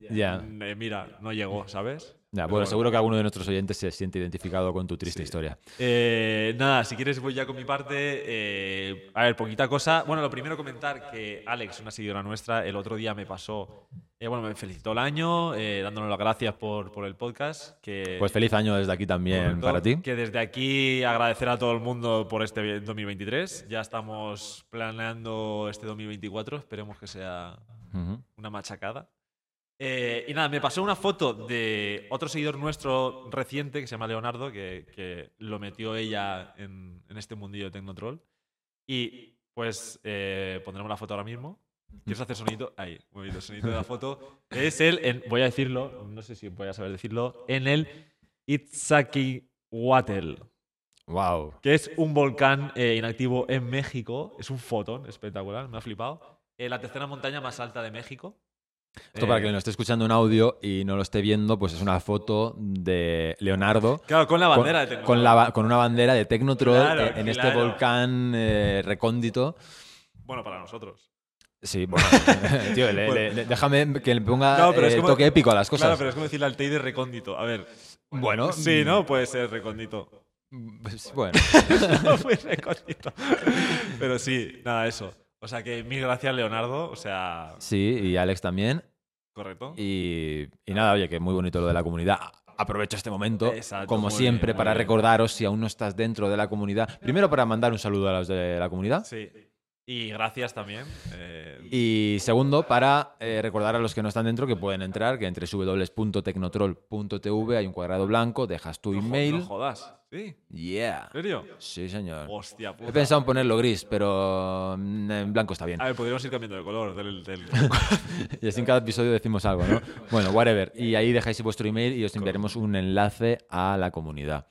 Speaker 1: Ya.
Speaker 2: eh, mira, no llegó, ¿sabes?
Speaker 1: Ya,
Speaker 2: Pero
Speaker 1: bueno, pues, seguro que alguno de nuestros oyentes se siente identificado con tu triste historia.
Speaker 2: Eh, nada, si quieres voy ya con mi parte. Eh, a ver, poquita cosa. Bueno, lo primero comentar que Alex, una seguidora nuestra, el otro día me pasó, eh, bueno, me felicitó el año, eh, dándonos las gracias por, por el podcast. Que,
Speaker 1: Pues feliz año desde aquí también
Speaker 2: correcto,
Speaker 1: para ti.
Speaker 2: Que desde aquí agradecer a todo el mundo por este 2023. Ya estamos planeando este 2024, esperemos que sea
Speaker 1: Ujú.
Speaker 2: una machacada. Eh, y nada, me pasó una foto de otro seguidor nuestro reciente que se llama Leonardo, que, que lo metió ella en, en este mundillo de Tecnotroll. Y pues eh, pondremos la foto ahora mismo. ¿Quieres hacer sonido? Ahí, muy bien, el sonido de la foto. Es el, en- voy a decirlo, no sé si voy a saber decirlo, en el Itzaki Wattle
Speaker 1: Wow.
Speaker 2: que es un volcán eh, inactivo en México. Es un fotón espectacular, me ha flipado. Eh, la tercera montaña más alta de México.
Speaker 1: Esto para
Speaker 2: Eh,
Speaker 1: que lo esté escuchando en audio y no lo esté viendo, pues es una foto de Leonardo
Speaker 2: Claro, con la
Speaker 1: con,
Speaker 2: bandera de Tecno.
Speaker 1: con la ba- con una bandera de Tecnotroll
Speaker 2: Claro,
Speaker 1: eh, en este
Speaker 2: claro.
Speaker 1: volcán eh, recóndito.
Speaker 2: Bueno, para nosotros.
Speaker 1: Sí, bueno, tío, le- le- le- déjame que le ponga
Speaker 2: No, pero es
Speaker 1: eh,
Speaker 2: como-
Speaker 1: toque épico a las cosas.
Speaker 2: Claro, pero es como decir al Teide recóndito. A ver.
Speaker 1: Bueno, mm.
Speaker 2: Sí, ¿no? Puede ser recóndito.
Speaker 1: pues, bueno,
Speaker 2: No muy recóndito. Pero sí, nada, eso. O sea que mil gracias, Leonardo. O sea,
Speaker 1: sí, y Alex también.
Speaker 2: correcto.
Speaker 1: Y, y nada, oye, que muy bonito lo de la comunidad. Aprovecho este momento,
Speaker 2: Exacto,
Speaker 1: como
Speaker 2: muy bien,
Speaker 1: siempre,
Speaker 2: muy
Speaker 1: para
Speaker 2: bien.
Speaker 1: recordaros si aún no estás dentro de la comunidad. Primero para mandar un saludo a los de la comunidad.
Speaker 2: Sí. Y gracias también. eh,
Speaker 1: Y segundo, para eh, recordar a los que no están dentro que pueden entrar, que entre www.tecnotroll.tv hay un cuadrado blanco, dejas tu
Speaker 2: no jo-
Speaker 1: email.
Speaker 2: No jodas. Sí.
Speaker 1: Yeah.
Speaker 2: ¿En serio?
Speaker 1: Sí, señor.
Speaker 2: Hostia puta.
Speaker 1: He pensado en ponerlo gris, pero mm, en blanco está bien.
Speaker 2: A ver, podríamos ir cambiando de color. Del, del-
Speaker 1: Y así en cada episodio decimos algo, ¿no? Bueno, whatever. Y ahí dejáis vuestro email y os enviaremos un enlace a la comunidad.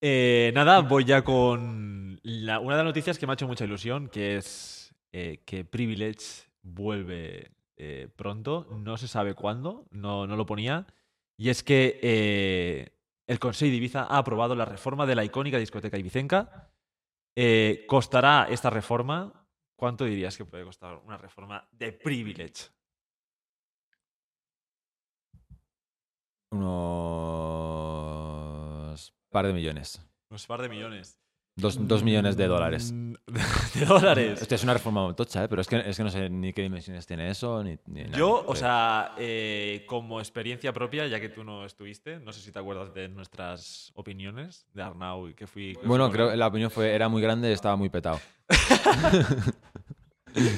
Speaker 2: Eh, nada, voy ya con la- una de las noticias que me ha hecho mucha ilusión, que es eh, que Privilege vuelve eh, pronto. No se sabe cuándo, no, no lo ponía. Y es que eh, el Consejo de Ibiza ha aprobado la reforma de la icónica discoteca ibicenca. Eh, ¿Costará esta reforma? ¿Cuánto dirías que puede costar una reforma de Privilege?
Speaker 1: Unos par de millones.
Speaker 2: Unos Pues par de millones.
Speaker 1: Dos, dos millones de dólares.
Speaker 2: Mm, De dólares.
Speaker 1: Hostia, es una reforma muy tocha, ¿eh? pero es que, es que no sé ni qué dimensiones tiene eso, ni, ni nada.
Speaker 2: Yo, o
Speaker 1: Pero-
Speaker 2: sea, eh, como experiencia propia, ya que tú no estuviste, no sé si te acuerdas de nuestras opiniones de Arnau y que fui. que
Speaker 1: Bueno,
Speaker 2: fui
Speaker 1: creo
Speaker 2: con
Speaker 1: que la opinión fue, era muy grande, estaba muy petado.
Speaker 2: él.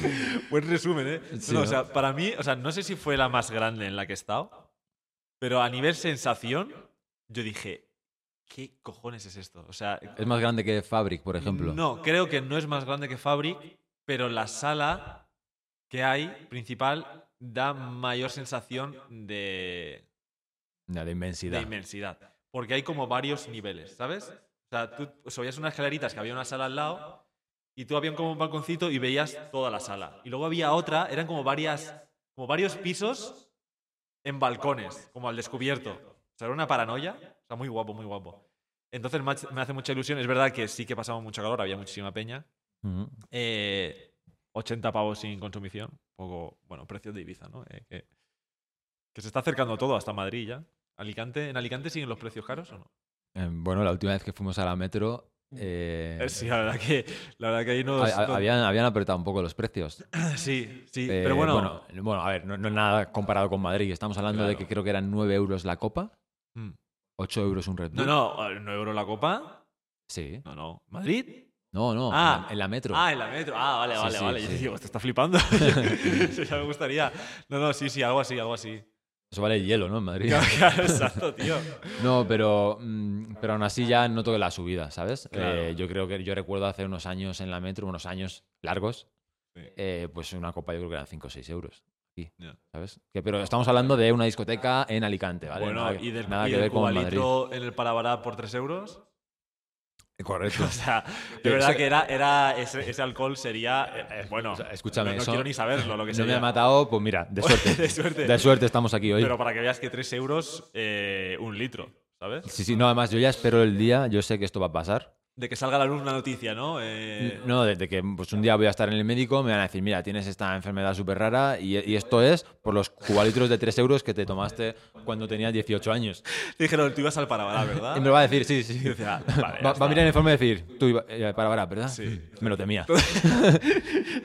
Speaker 2: Buen resumen, ¿eh?
Speaker 1: Sí,
Speaker 2: No,
Speaker 1: ¿no?
Speaker 2: O sea, para mí, o sea, no sé si fue la más grande en la que he estado, pero a nivel sensación, yo dije, ¿qué cojones es esto? O sea,
Speaker 1: Es más grande que Fabric, por ejemplo.
Speaker 2: no, creo que no es más grande que Fabric, pero la sala que hay principal da mayor sensación de,
Speaker 1: Ya, de inmensidad.
Speaker 2: de inmensidad. Porque hay como varios niveles, ¿sabes? O sea, tú subías unas escaleritas que había una sala al lado y tú había como un balconcito y veías toda la sala. Y luego había otra, eran como varias, como varios pisos en balcones, como al descubierto. O sea, era una paranoia. O sea, muy guapo, muy guapo. Entonces me hace- me hace mucha ilusión. Es verdad que sí que pasaba mucho calor, había muchísima peña.
Speaker 1: Ujú.
Speaker 2: Eh, 80 pavos sin consumición. Poco, bueno, precio de Ibiza, ¿no? Eh, que, que se está acercando todo hasta Madrid ya. Alicante, ¿En Alicante siguen los precios caros o no?
Speaker 1: Eh, bueno, la última vez que fuimos a la metro. eh,
Speaker 2: Eh, sí, la verdad que, la verdad que ahí nos-
Speaker 1: ha-
Speaker 2: no-
Speaker 1: ha- habían, habían apretado un poco los precios.
Speaker 2: Sí, sí.
Speaker 1: Eh,
Speaker 2: pero bueno.
Speaker 1: bueno. bueno, a ver, no, no es nada comparado con Madrid. Estamos hablando de
Speaker 2: Claro.
Speaker 1: que creo que eran 9 euros la copa,
Speaker 2: mm.
Speaker 1: 8 euros un Red
Speaker 2: No,
Speaker 1: Bull.
Speaker 2: no, eh, ¿no euro la copa?
Speaker 1: Sí.
Speaker 2: No, no. ¿Madrid?
Speaker 1: No, no, en,
Speaker 2: Ah.
Speaker 1: la, en la metro.
Speaker 2: Ah, en la metro. Ah, vale,
Speaker 1: Sí,
Speaker 2: vale,
Speaker 1: sí,
Speaker 2: vale.
Speaker 1: sí.
Speaker 2: Yo digo, esto está flipando. Eso ya me gustaría. No, no, sí, sí, algo así, algo así.
Speaker 1: Eso vale hielo, ¿no? En Madrid.
Speaker 2: Claro, claro, exacto, tío.
Speaker 1: No, pero, mm, pero aún así ya noto la subida, ¿sabes?
Speaker 2: Claro.
Speaker 1: Eh, yo creo que yo recuerdo hace unos años en la metro, unos años largos,
Speaker 2: Sí.
Speaker 1: eh, pues una copa yo creo que eran 5 o 6 euros. aquí,
Speaker 2: Ya.
Speaker 1: ¿Sabes? Que, pero estamos hablando de una discoteca en Alicante, ¿vale?
Speaker 2: bueno,
Speaker 1: nada,
Speaker 2: y del,
Speaker 1: nada
Speaker 2: y
Speaker 1: que
Speaker 2: del
Speaker 1: ver con Madrid.
Speaker 2: cubalitro en el Palabará por 3 euros.
Speaker 1: Correcto.
Speaker 2: O sea, de
Speaker 1: Pero
Speaker 2: verdad
Speaker 1: eso-
Speaker 2: que era, era ese, ese alcohol sería. eh, eh, bueno,
Speaker 1: sea, escúchame,
Speaker 2: no, no
Speaker 1: eso-
Speaker 2: quiero ni saberlo lo que
Speaker 1: Se me
Speaker 2: sería.
Speaker 1: ha matado, pues mira, de suerte.
Speaker 2: De suerte.
Speaker 1: De suerte estamos aquí hoy.
Speaker 2: Pero para que veas que 3 euros, eh, un litro, ¿sabes?
Speaker 1: Sí, sí, no, además yo ya espero el día, yo sé que esto va a pasar.
Speaker 2: De que salga a la luz una noticia, ¿no? Eh,
Speaker 1: No, desde que pues, un día voy a estar en el médico, me van a decir, mira, tienes esta enfermedad súper rara y, y esto es por los cubalitros de 3 euros que te tomaste cuando tenías 18 años.
Speaker 2: Te dijeron, tú ibas al Palabará, ¿verdad?
Speaker 1: Y me lo va a decir, sí, sí.
Speaker 2: Y decía, "Ah, vale, ya
Speaker 1: Va, va
Speaker 2: está".
Speaker 1: a mirar el informe y decir, tú, iba- eh, para, para, ¿verdad?
Speaker 2: Sí.
Speaker 1: Me lo temía.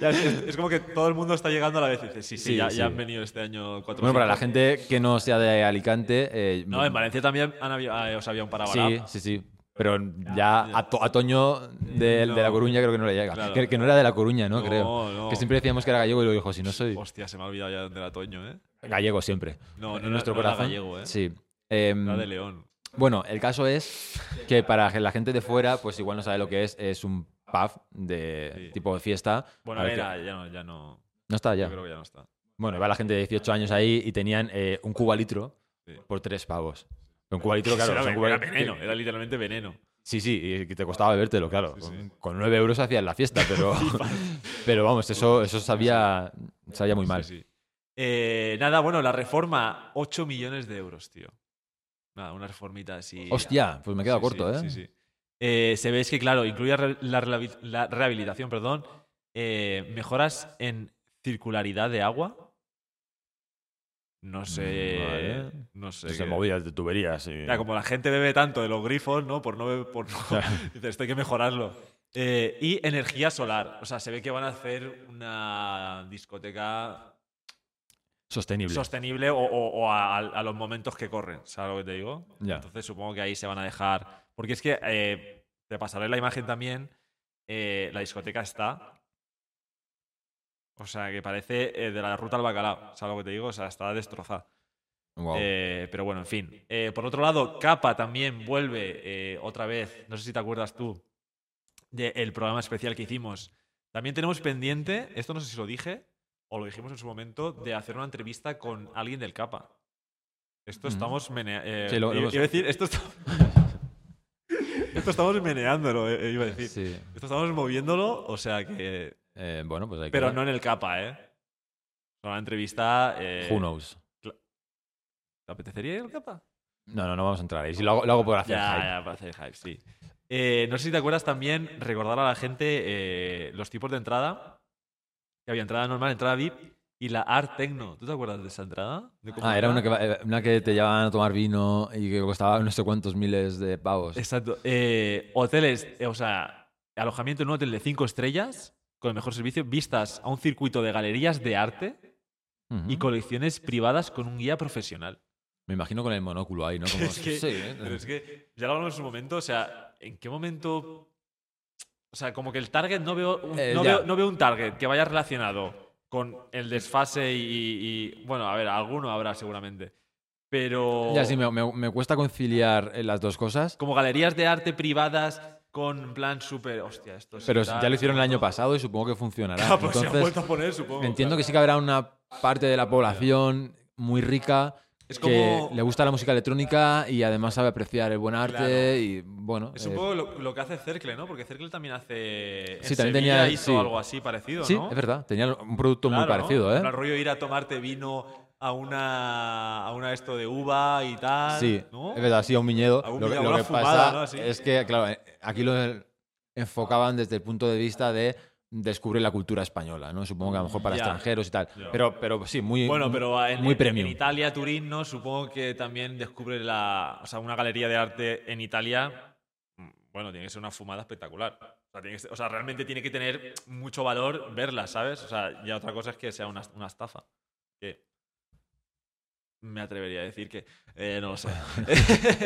Speaker 2: Ya es, es como que todo el mundo está llegando a la vez y dice, sí, sí,
Speaker 1: Sí,
Speaker 2: ya, ya
Speaker 1: sí.
Speaker 2: han venido este año cuatro
Speaker 1: Bueno, para la
Speaker 2: cinco".
Speaker 1: gente que no sea de Alicante... eh,
Speaker 2: No, en Valencia también han habido, ah, os había un Palabará.
Speaker 1: Sí, sí, sí. Pero ya a, To- a Toño de,
Speaker 2: No.
Speaker 1: de La Coruña creo que no le llega.
Speaker 2: Claro.
Speaker 1: Que, que no era de La Coruña, ¿no?
Speaker 2: No,
Speaker 1: creo.
Speaker 2: no.
Speaker 1: Que siempre decíamos que era gallego y luego dijo, si no soy
Speaker 2: Hostia, se me ha olvidado ya dónde era Toño, ¿eh?
Speaker 1: gallego siempre.
Speaker 2: No, no
Speaker 1: en
Speaker 2: era-
Speaker 1: nuestro
Speaker 2: no era
Speaker 1: corazón.
Speaker 2: gallego, ¿eh?
Speaker 1: Sí. Em,
Speaker 2: La de León.
Speaker 1: bueno, el caso es que para la gente de fuera, pues igual no sabe lo que es, es un pub de
Speaker 2: Sí.
Speaker 1: tipo de fiesta.
Speaker 2: Bueno,
Speaker 1: A ver,
Speaker 2: era,
Speaker 1: que-
Speaker 2: ya no, ya no.
Speaker 1: No está ya.
Speaker 2: Yo creo que ya no está.
Speaker 1: Bueno, iba la gente de 18 años ahí y tenían eh, un cubalitro
Speaker 2: Sí.
Speaker 1: por tres pavos. Un cubalitro, claro.
Speaker 2: era,
Speaker 1: son
Speaker 2: ve-
Speaker 1: cuba-
Speaker 2: era veneno, era literalmente veneno.
Speaker 1: Sí, sí, y que te costaba bebértelo, claro.
Speaker 2: Sí,
Speaker 1: con,
Speaker 2: sí.
Speaker 1: con nueve euros hacías la fiesta, pero, pero vamos, eso, eso sabía, sabía muy mal.
Speaker 2: Sí, sí. Eh, nada, bueno, la reforma, 8 millones de euros, tío. Nada, una reformita así.
Speaker 1: Hostia, pues me he quedado
Speaker 2: Sí, sí,
Speaker 1: corto, ¿eh?
Speaker 2: sí, sí. Eh, se ve es que, claro, incluye re- la, relavi- la rehabilitación, perdón, eh, mejoras en circularidad de agua. No sé.
Speaker 1: Mm, Vale.
Speaker 2: No sé.
Speaker 1: Pues de
Speaker 2: qué-
Speaker 1: movidas de tuberías. y-
Speaker 2: Ya, como la gente bebe tanto de los grifos, ¿no? Por no beber, por no- Dice, esto hay que mejorarlo. Eh, y energía solar. O sea, se ve que van a hacer una discoteca
Speaker 1: Sostenible.
Speaker 2: sostenible o, o- o a, a los momentos que corren, ¿sabes lo que te digo?
Speaker 1: Ya.
Speaker 2: Entonces supongo que ahí se van a dejar. Porque es que eh, te pasaré la imagen también. eh, la discoteca está. O sea, que parece eh, de la ruta al bacalao, ¿sabes lo que te digo? O sea, está destrozada.
Speaker 1: Guau.
Speaker 2: Eh, pero bueno, en fin. Eh, por otro lado, Capa también vuelve eh, otra vez. No sé si te acuerdas tú del programa especial que hicimos. También tenemos pendiente, esto no sé si lo dije o lo dijimos en su momento, de hacer una entrevista con alguien del Capa. Esto
Speaker 1: Ujú.
Speaker 2: estamos eh, meneando.
Speaker 1: Mm. Sí, lo- lo hemos-
Speaker 2: decir, esto está- esto estamos meneándolo, eh, iba a decir.
Speaker 1: Sí.
Speaker 2: Esto estamos moviéndolo, o sea que.
Speaker 1: Eh, bueno, pues hay que
Speaker 2: Pero
Speaker 1: ver.
Speaker 2: no en el Capa, ¿eh? Una entrevista. eh,
Speaker 1: Who knows?
Speaker 2: ¿Te apetecería ir al Capa?
Speaker 1: No, no, no vamos a entrar ahí. Si lo hago, lo hago por hacer
Speaker 2: Ya,
Speaker 1: hype.
Speaker 2: ya, para hacer hype, sí. Eh, no sé si te acuerdas también recordar a la gente eh, los tipos de entrada. Que había entrada normal, entrada VIP y la Art Tecno. ¿Tú te acuerdas de esa entrada? ¿De cómo
Speaker 1: Ah, era una que, va- eh, una que te llevaban a tomar vino y que costaba no sé cuántos miles de pavos.
Speaker 2: Exacto. Eh, hoteles, eh, o sea, alojamiento en un hotel de 5 estrellas con el mejor servicio, vistas a un circuito de galerías de arte
Speaker 1: Ujú.
Speaker 2: y colecciones privadas con un guía profesional.
Speaker 1: Me imagino con el monóculo ahí, ¿no? Como,
Speaker 2: es que,
Speaker 1: sí, ¿eh?
Speaker 2: pero es que ya lo hablamos en su momento, o sea, ¿en qué momento? O sea, como que el target no veo, un-
Speaker 1: Eh,
Speaker 2: no
Speaker 1: ya.
Speaker 2: veo, no veo un target que vaya relacionado con el desfase y, y- bueno, a ver, alguno habrá seguramente, Pero.
Speaker 1: eh. Ya, sí, me, me- me cuesta conciliar eh, las dos cosas,
Speaker 2: Como galerías de arte privadas con en plan súper. Hostia, esto es
Speaker 1: pero
Speaker 2: tal,
Speaker 1: ya lo hicieron el año
Speaker 2: ¿no?
Speaker 1: pasado y supongo que funcionará.
Speaker 2: Ah, pues se han
Speaker 1: Entonces,
Speaker 2: vuelto a poner, supongo.
Speaker 1: entiendo que sí que habrá una parte de la población muy rica
Speaker 2: Es
Speaker 1: que
Speaker 2: como-
Speaker 1: le gusta la música electrónica y además sabe apreciar el buen arte
Speaker 2: Claro.
Speaker 1: y, bueno...
Speaker 2: Es un
Speaker 1: eh,
Speaker 2: poco lo, lo que hace Cercle, ¿no? Porque Cercle también hace.
Speaker 1: Sí, también
Speaker 2: en Sevilla
Speaker 1: tenía-
Speaker 2: hizo
Speaker 1: sí.
Speaker 2: algo así parecido,
Speaker 1: sí,
Speaker 2: ¿no?
Speaker 1: es verdad, tenía un producto muy
Speaker 2: Claro, ¿no?
Speaker 1: parecido,
Speaker 2: En
Speaker 1: ¿eh?
Speaker 2: plan, rollo ir a tomarte vino a una, a una esto de uva y tal.
Speaker 1: Sí,
Speaker 2: ¿no?
Speaker 1: es verdad, sí, a un viñedo.
Speaker 2: A un
Speaker 1: lo que-
Speaker 2: viñedo,
Speaker 1: lo
Speaker 2: una
Speaker 1: que
Speaker 2: fumada,
Speaker 1: pasa
Speaker 2: ¿no? Así.
Speaker 1: es que, claro, eh, aquí lo enfocaban desde el punto de vista de descubrir la cultura española, ¿no? Supongo que a lo mejor para
Speaker 2: Ya.
Speaker 1: extranjeros y tal.
Speaker 2: Ya.
Speaker 1: Pero, pero sí, muy,
Speaker 2: Bueno, pero en,
Speaker 1: muy
Speaker 2: en-
Speaker 1: premium.
Speaker 2: en Italia, Turín, ¿no? Supongo que también descubre la, o sea, una galería de arte en Italia. mm, Bueno, tiene que ser una fumada espectacular. O sea, tiene que ser- o sea, realmente tiene que tener mucho valor verla, ¿sabes? O sea, ya otra cosa es que sea una, una estafa. Que me atrevería a decir que eh, no lo sé.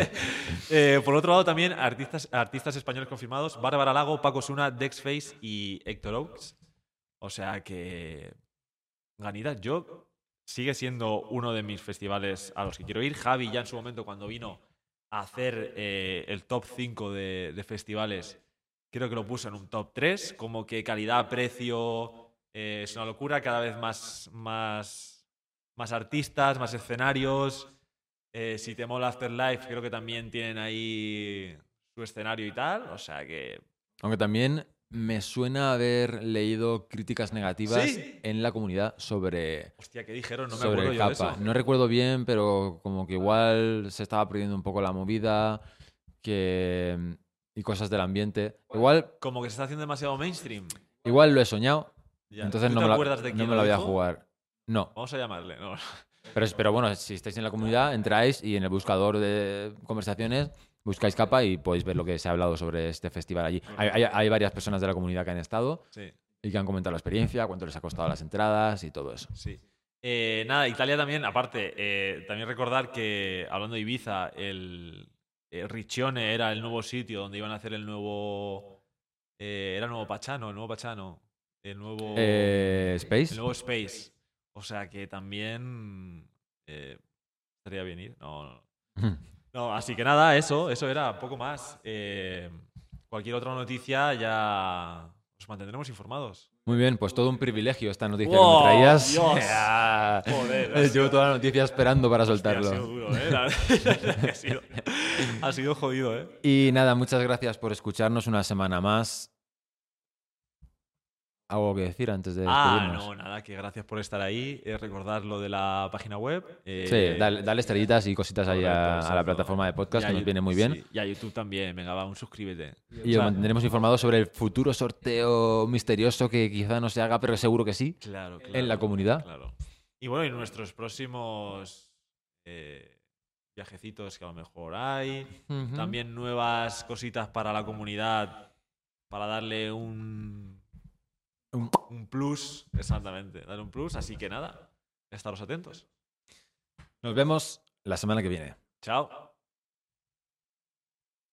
Speaker 2: Eh, por otro lado, también artistas, artistas españoles confirmados: Bárbara Lago, Paco Suna, Dexface y Héctor Oaks. O sea que. Ganida, yo sigue siendo uno de mis festivales a los que quiero ir. Javi ya en su momento cuando vino a hacer eh, el top 5 de, de festivales, creo que lo puso en un top 3, como que calidad, precio, eh, es una locura, cada vez más, más, más artistas, más escenarios. Eh, si te mola Afterlife, creo que también tienen ahí su escenario y tal, o sea que...
Speaker 1: Aunque también me suena haber leído críticas negativas
Speaker 2: ¿Sí?
Speaker 1: en la comunidad sobre,
Speaker 2: Hostia, ¿qué dijeron? No me
Speaker 1: sobre
Speaker 2: acuerdo
Speaker 1: el
Speaker 2: yo de
Speaker 1: capa.
Speaker 2: eso.
Speaker 1: No recuerdo bien, pero como que igual se estaba perdiendo un poco la movida que, y cosas del ambiente. Igual,
Speaker 2: Como que se está haciendo demasiado mainstream.
Speaker 1: igual lo he soñado.
Speaker 2: Ya,
Speaker 1: Entonces
Speaker 2: ¿tú
Speaker 1: no
Speaker 2: te
Speaker 1: me, la,
Speaker 2: acuerdas de
Speaker 1: no
Speaker 2: quién
Speaker 1: me la
Speaker 2: lo
Speaker 1: voy a
Speaker 2: dijo?
Speaker 1: jugar. No,
Speaker 2: Vamos a llamarle, no.
Speaker 1: pero, es- pero bueno, si estáis en la comunidad, entráis y en el buscador de conversaciones buscáis capa y podéis ver lo que se ha hablado sobre este festival allí. Hay, hay- hay varias personas de la comunidad que han estado
Speaker 2: Sí,
Speaker 1: y que han comentado la experiencia, cuánto les ha costado las entradas y todo eso.
Speaker 2: sí. Eh, nada, Italia también, aparte, eh, también recordar que, hablando de Ibiza, el, eh, Riccione era el nuevo sitio donde iban a hacer el nuevo... eh, era el nuevo Pachano, el nuevo Pachano. El nuevo...
Speaker 1: Eh, ¿Space?
Speaker 2: El nuevo Space. O sea que también... Eh, ¿Estaría bien ir? No, no. No, así que nada, eso, eso era poco más. Eh, cualquier otra noticia ya os mantendremos informados.
Speaker 1: Muy bien, pues todo un privilegio esta noticia
Speaker 2: ¡Wow,
Speaker 1: que me traías.
Speaker 2: Dios!
Speaker 1: Ah,
Speaker 2: Joder,
Speaker 1: Llevo toda la noticia esperando para
Speaker 2: Hostia, Ha sido
Speaker 1: soltarlo.
Speaker 2: duro, ¿eh? La verdad que ha, sido, ha sido jodido, ¿eh?
Speaker 1: Y nada, muchas gracias por escucharnos una semana más. ¿Algo que decir antes de
Speaker 2: Ah,
Speaker 1: despedirnos?
Speaker 2: no, nada, que gracias por estar ahí. Eh, recordar lo de la página web. eh,
Speaker 1: Sí, dale, dale estrellitas y cositas ahí
Speaker 2: correcto,
Speaker 1: a, a la
Speaker 2: exacto.
Speaker 1: plataforma de podcast,
Speaker 2: Y a
Speaker 1: que nos
Speaker 2: Yu-
Speaker 1: viene muy bien.
Speaker 2: sí, y a YouTube también, venga, va, un suscríbete.
Speaker 1: Y os mantendremos informados sobre el futuro sorteo misterioso que quizá no se haga, pero seguro que sí.
Speaker 2: Claro, claro.
Speaker 1: en la comunidad.
Speaker 2: Claro. Y bueno, y nuestros próximos eh, viajecitos que a lo mejor hay.
Speaker 1: Ujú.
Speaker 2: También nuevas cositas para la comunidad, para darle un,
Speaker 1: Un-
Speaker 2: un plus, exactamente, darle un plus. Así que nada, estaros atentos.
Speaker 1: Nos vemos la semana que viene.
Speaker 2: Chao.